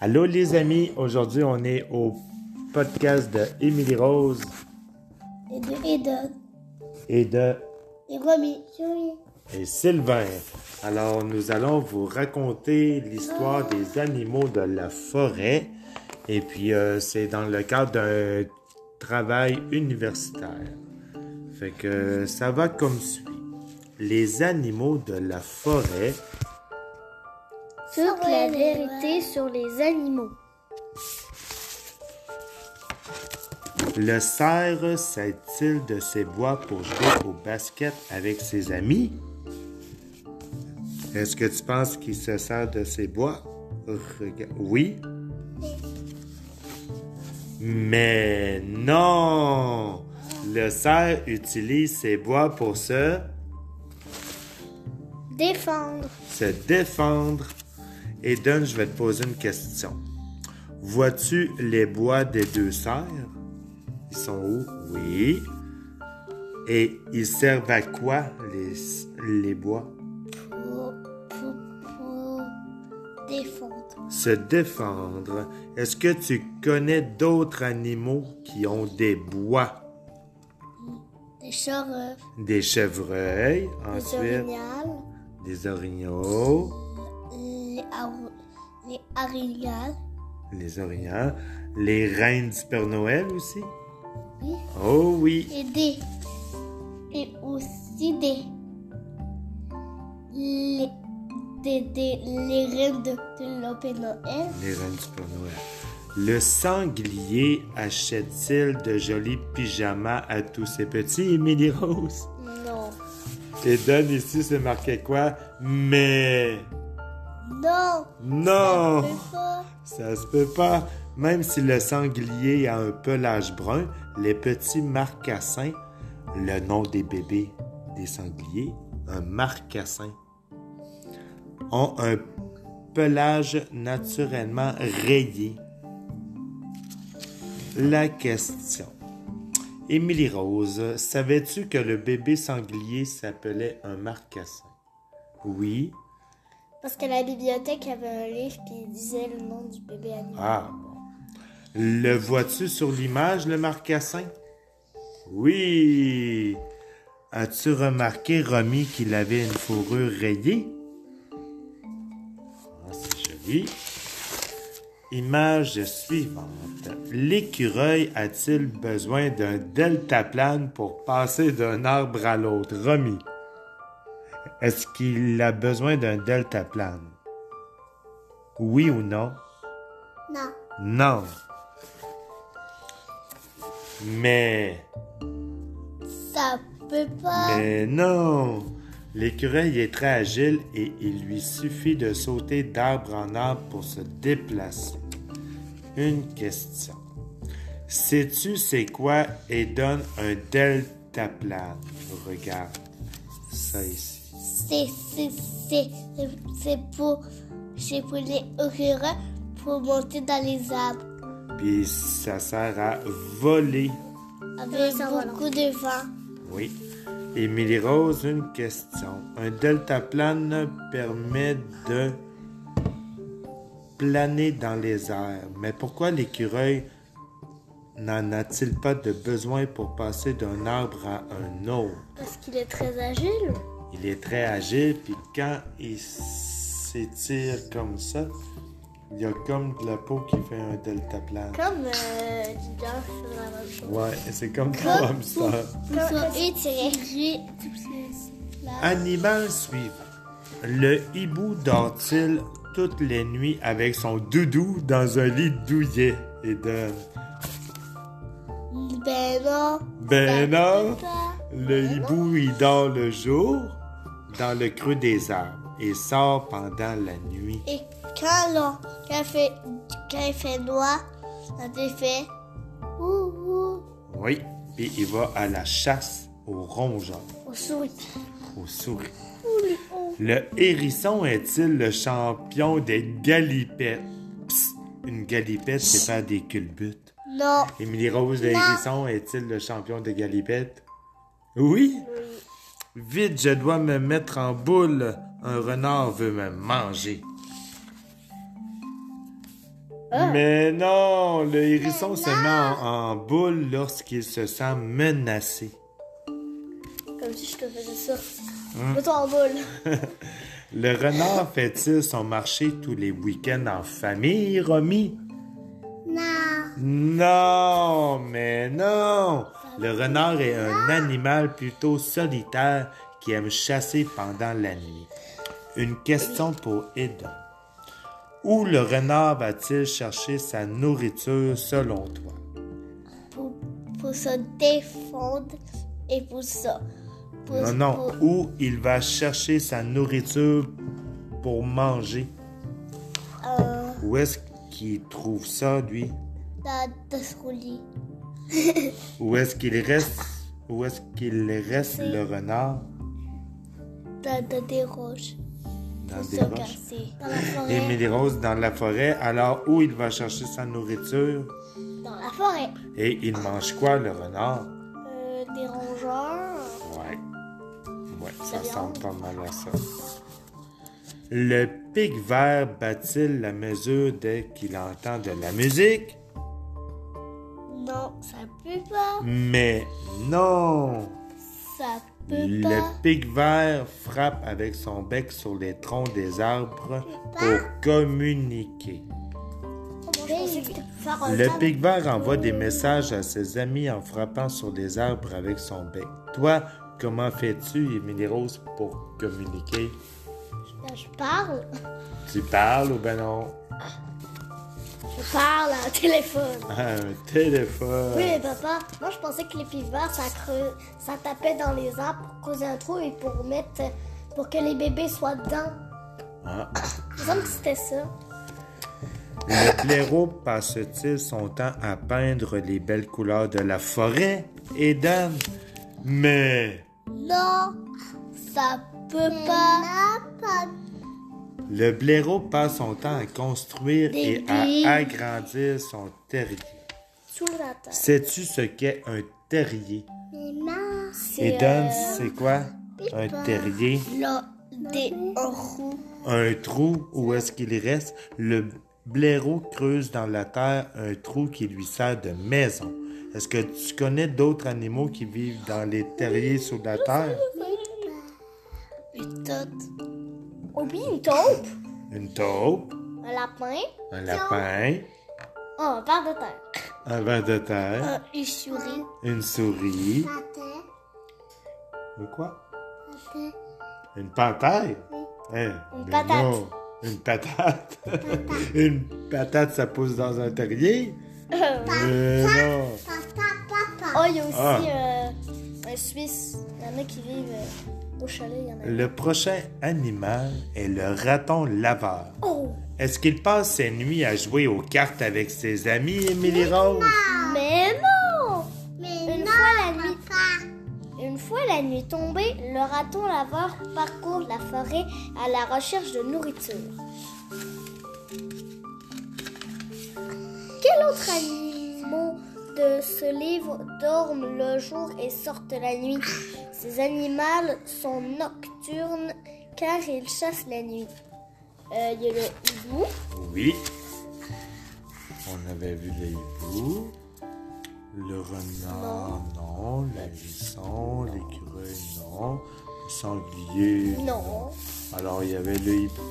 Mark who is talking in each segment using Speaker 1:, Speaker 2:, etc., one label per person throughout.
Speaker 1: Allô les amis, aujourd'hui on est au podcast de Émilie Rose
Speaker 2: et de Eden
Speaker 1: et de
Speaker 2: et Romy. Oui.
Speaker 1: et Sylvain. Alors nous allons vous raconter l'histoire des animaux de la forêt et puis euh, c'est dans le cadre d'un travail universitaire. Fait que ça va comme suit. Les animaux de la forêt
Speaker 2: Toute la vérité sur les animaux.
Speaker 1: Le cerf s'aide-t-il de ses bois pour jouer au basket avec ses amis? Est-ce que tu penses qu'il se sert de ses bois? Rega- Oui. Mais non! Le cerf utilise ses bois pour se,
Speaker 2: Défendre.
Speaker 1: se défendre. Eden, je vais te poser une question. Vois-tu les bois des deux cerfs? Ils sont où? Oui. Et ils servent à quoi, les, les bois?
Speaker 2: Pour, pour, pour défendre.
Speaker 1: Se défendre. Est-ce que tu connais d'autres animaux qui ont des bois?
Speaker 2: Des charreaux.
Speaker 1: Des chevreuils,
Speaker 2: Des
Speaker 1: ensuite
Speaker 2: orignales.
Speaker 1: des orignaux,
Speaker 2: Les, har- les harignales.
Speaker 1: les orignaux, les reines du Père Noël aussi?
Speaker 2: Oui.
Speaker 1: Oh oui!
Speaker 2: Et des. Et aussi des. Les, des, des- les reines de, de l'Opé Noël.
Speaker 1: Les reines du Père Noël. Le sanglier achète-t-il de jolis pyjamas à tous ses petits, Émilie Rose?
Speaker 2: Non.
Speaker 1: Et donne ici, c'est marqué quoi? Mais
Speaker 2: Non.
Speaker 1: non!
Speaker 2: Je peux pas.
Speaker 1: Ça se peut pas. Même si le sanglier a un pelage brun, les petits marcassins, le nom des bébés des sangliers, un marcassin, ont un pelage naturellement rayé. La question. Émilie Rose, savais-tu que le bébé sanglier s'appelait un marcassin? Oui.
Speaker 2: Parce qu'à la bibliothèque, il y avait un livre qui disait le nom du bébé animal.
Speaker 1: Ah, bon. Le vois-tu sur l'image, le marcassin? Oui. As-tu remarqué, Romy, qu'il avait une fourrure rayée? Ah, c'est joli. Image suivante. L'écureuil a-t-il besoin d'un deltaplane pour passer d'un arbre à l'autre? Romy, est-ce qu'il a besoin d'un deltaplane? Oui ou non?
Speaker 2: Non.
Speaker 1: Non. Mais,
Speaker 2: Ça peut pas.
Speaker 1: mais non. L'écureuil est très agile et il lui suffit de sauter d'arbre en arbre pour se déplacer. Une question. Sais-tu c'est quoi et donne un deltaplane? Regarde ça ici.
Speaker 2: C'est, c'est, c'est, c'est pour, c'est pour les écureuils pour monter dans les arbres
Speaker 1: Puis ça sert à voler.
Speaker 2: avec beaucoup de vent.
Speaker 1: Oui. Émilie Rose, une question. Un deltaplane permet de planer dans les airs. Mais pourquoi l'écureuil n'en a-t-il pas de besoin pour passer d'un arbre à un autre?
Speaker 2: Parce qu'il est très agile.
Speaker 1: Il est très agile, puis quand il s'étire comme ça, il y a comme de la peau qui fait un deltaplane.
Speaker 2: Comme euh, du sur la même
Speaker 1: Ouais, c'est comme comme ça.
Speaker 2: Ils sont étirés. Ah.
Speaker 1: Animal suivant. Le hibou dort-il toutes les nuits avec son doudou dans un lit douillet? Et de...
Speaker 2: Ben non.
Speaker 1: Ben
Speaker 2: Ça
Speaker 1: non!
Speaker 2: peut pas.
Speaker 1: Le hibou, il dort le jour dans le creux des arbres et sort pendant la nuit.
Speaker 2: Et quand, l'on- quand, il, fait, quand il fait noir, ça fait ouh, ouh,
Speaker 1: Oui, puis il va à la chasse aux rongeurs,
Speaker 2: on sourit.
Speaker 1: aux souris. Le hérisson est-il le champion des galipettes? Psst, une galipette, c'est pas des culbutes.
Speaker 2: Non,
Speaker 1: Émilie Rose de
Speaker 2: Non.
Speaker 1: Hérisson est-il le champion de galipettes? Oui? Vite, je dois me mettre en boule. Un renard veut me manger. Mais non, le hérisson se met en, en boule lorsqu'il se sent menacé.
Speaker 2: Comme si je te faisais ça. Mets-toi en boule.
Speaker 1: Le renard fait-il son marché tous les week-ends en famille, Romy?
Speaker 2: Non.
Speaker 1: Non, mais non! Le renard est un animal plutôt solitaire qui aime chasser pendant la nuit. Une question pour Eden. Où le renard va-t-il chercher sa nourriture selon toi?
Speaker 2: Pour, pour se défendre et pour ça. Pour,
Speaker 1: Non, non. Où il va chercher sa nourriture pour manger?
Speaker 2: pour, euh,
Speaker 1: Où est-ce qu'il trouve ça, lui?
Speaker 2: dans, dans son lit.
Speaker 1: Où est-ce qu'il reste? Où est-ce qu'il reste le renard?
Speaker 2: Dans, dans des roches.
Speaker 1: Dans
Speaker 2: Pour
Speaker 1: des
Speaker 2: se
Speaker 1: roches.
Speaker 2: casser. Dans la forêt.
Speaker 1: Émilie Rose dans la forêt, alors où il va chercher sa nourriture?
Speaker 2: Dans la forêt.
Speaker 1: Et il mange quoi, le renard?
Speaker 2: Euh, des rongeurs.
Speaker 1: Ouais. Ouais, ça
Speaker 2: La viande.
Speaker 1: ressemble pas mal à ça. Le pic vert bat-il la mesure dès qu'il entend de la musique?
Speaker 2: Non, ça peut pas.
Speaker 1: Mais non!
Speaker 2: Ça peut
Speaker 1: Le
Speaker 2: pas.
Speaker 1: pic vert frappe avec son bec sur les troncs des arbres pour communiquer. Le pic vert envoie des messages à ses amis en frappant sur des arbres avec son bec. Toi, comment fais-tu, Émilie Rose, pour communiquer?
Speaker 2: Ben, je parle.
Speaker 1: Tu parles ou ben non?
Speaker 2: Je parle à un téléphone.
Speaker 1: Ah, Un téléphone.
Speaker 3: Oui, mais papa, moi je pensais que les pivards, ça, creux, ça tapait dans les arbres pour causer un trou et pour mettre, pour que les bébés soient dedans.
Speaker 1: Ah.
Speaker 3: Il me semble que c'était ça.
Speaker 1: Le blaireau passe-t-il son temps à peindre les belles couleurs de la forêt, Eden? Mais
Speaker 2: Non, ça peut pas.
Speaker 1: le blaireau passe son temps à construire
Speaker 2: Des
Speaker 1: et à
Speaker 2: billes.
Speaker 1: agrandir son terrier.
Speaker 3: Sous la terre.
Speaker 1: Sais-tu ce qu'est un terrier?
Speaker 3: C'est,
Speaker 1: Eden,
Speaker 3: euh,
Speaker 1: c'est quoi? Un terrier?
Speaker 2: Là, des roues.
Speaker 1: un trou où est-ce qu'il reste, le blaireau creuse dans la terre un trou qui lui sert de maison. Est-ce que tu connais d'autres animaux qui vivent dans les terriers sous la terre?
Speaker 2: Une tote.
Speaker 3: Oh oui, une taupe,
Speaker 1: Une taupe,
Speaker 3: un lapin,
Speaker 1: un lapin,
Speaker 3: oh, un ver de terre.
Speaker 1: un ver de terre,
Speaker 2: Un usury.
Speaker 1: une souris. Une quoi? Une panthère? Hein,
Speaker 3: Une
Speaker 1: mais
Speaker 3: patate.
Speaker 1: non. Une patate. une patate, ça pousse dans un terrier? Euh, non.
Speaker 3: Oh, il y a aussi
Speaker 1: Ah.
Speaker 3: euh, un Suisse. Il y en a qui vivent euh, au chalet, il y en a.
Speaker 1: Le prochain animal est le raton laveur.
Speaker 3: Oh,
Speaker 1: Est-ce qu'il passe ses nuits à jouer aux cartes avec ses amis, Émilie Rose?
Speaker 3: mais non
Speaker 2: Mais
Speaker 3: Une
Speaker 2: non,
Speaker 3: fois la nuit-
Speaker 2: papa.
Speaker 3: Une fois la nuit tombée, le raton laveur parcourt la forêt à la recherche de nourriture. Quel autre animal de ce livre dorment le jour et sortent la nuit Ces animaux sont nocturnes car ils chassent la nuit. Euh, Il y a le hibou,
Speaker 1: Oui. On avait vu les hiboux, le renard, non, l'hérisson, l'écureuil, non, le sanglier,
Speaker 3: non.
Speaker 1: Alors, il y avait le hibou.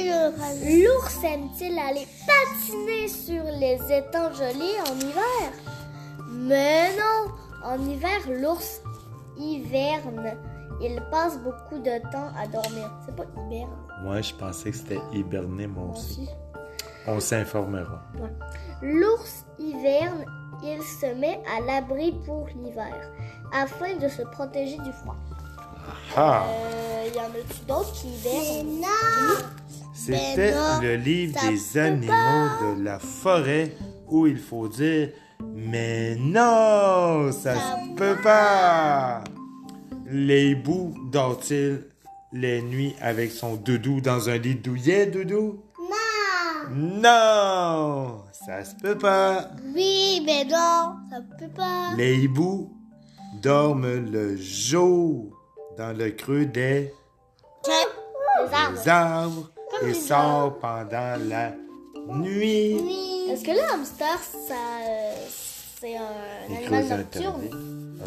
Speaker 3: L'ours aime-t-il aller patiner sur les étangs gelés en hiver Mais non En hiver, l'ours hiverne. Il passe beaucoup de temps à dormir. C'est pas hiberne.
Speaker 1: Moi, je pensais que c'était hiberné, moi aussi. On s'informera.
Speaker 3: L'ours hiverne, il se met à l'abri pour l'hiver, afin de se protéger du froid.
Speaker 1: Ah!
Speaker 3: Euh, y en a-tu d'autres qui hivernent
Speaker 1: C'était
Speaker 2: non,
Speaker 1: le livre
Speaker 2: ça
Speaker 1: des
Speaker 2: peut
Speaker 1: animaux de la forêt où il faut dire Mais non, ça se peut pas! Les hiboux dort-il les nuits avec son doudou dans un lit douillet, doudou? Non! Non! Ça se peut pas!
Speaker 2: Oui, mais non, ça peut pas.
Speaker 1: Les hiboux dorment le jour dans le creux des
Speaker 3: Les arbres.
Speaker 1: des arbres et sort pendant la Nuit.
Speaker 2: Oui.
Speaker 3: Est-ce que le hamster, ça, euh, c'est un animal
Speaker 1: Éclose
Speaker 3: nocturne
Speaker 1: interdite.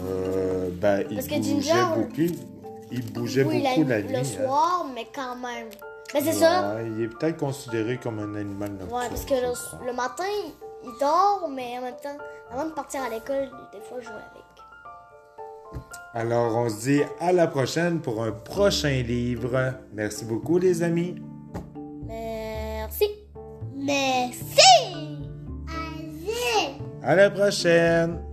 Speaker 1: Euh, ben, il
Speaker 3: Parce que
Speaker 1: bougeait
Speaker 3: Ginger, on-
Speaker 1: beaucoup. Il bougeait
Speaker 3: Oui, la-
Speaker 1: beaucoup la, nuit.
Speaker 3: le
Speaker 1: hein.
Speaker 3: soir, mais quand même. Mais c'est
Speaker 1: Ouais,
Speaker 3: ça.
Speaker 1: Il est peut-être considéré comme un animal nocturne.
Speaker 3: Ouais, parce que
Speaker 1: je
Speaker 3: le,
Speaker 1: crois.
Speaker 3: le matin, il- il dort, mais en même temps, avant de partir à l'école, des fois, je joue avec.
Speaker 1: Alors, on se dit à la prochaine pour un prochain livre. Merci beaucoup, les amis.
Speaker 3: Merci.
Speaker 2: Merci. Allez.
Speaker 1: À la prochaine.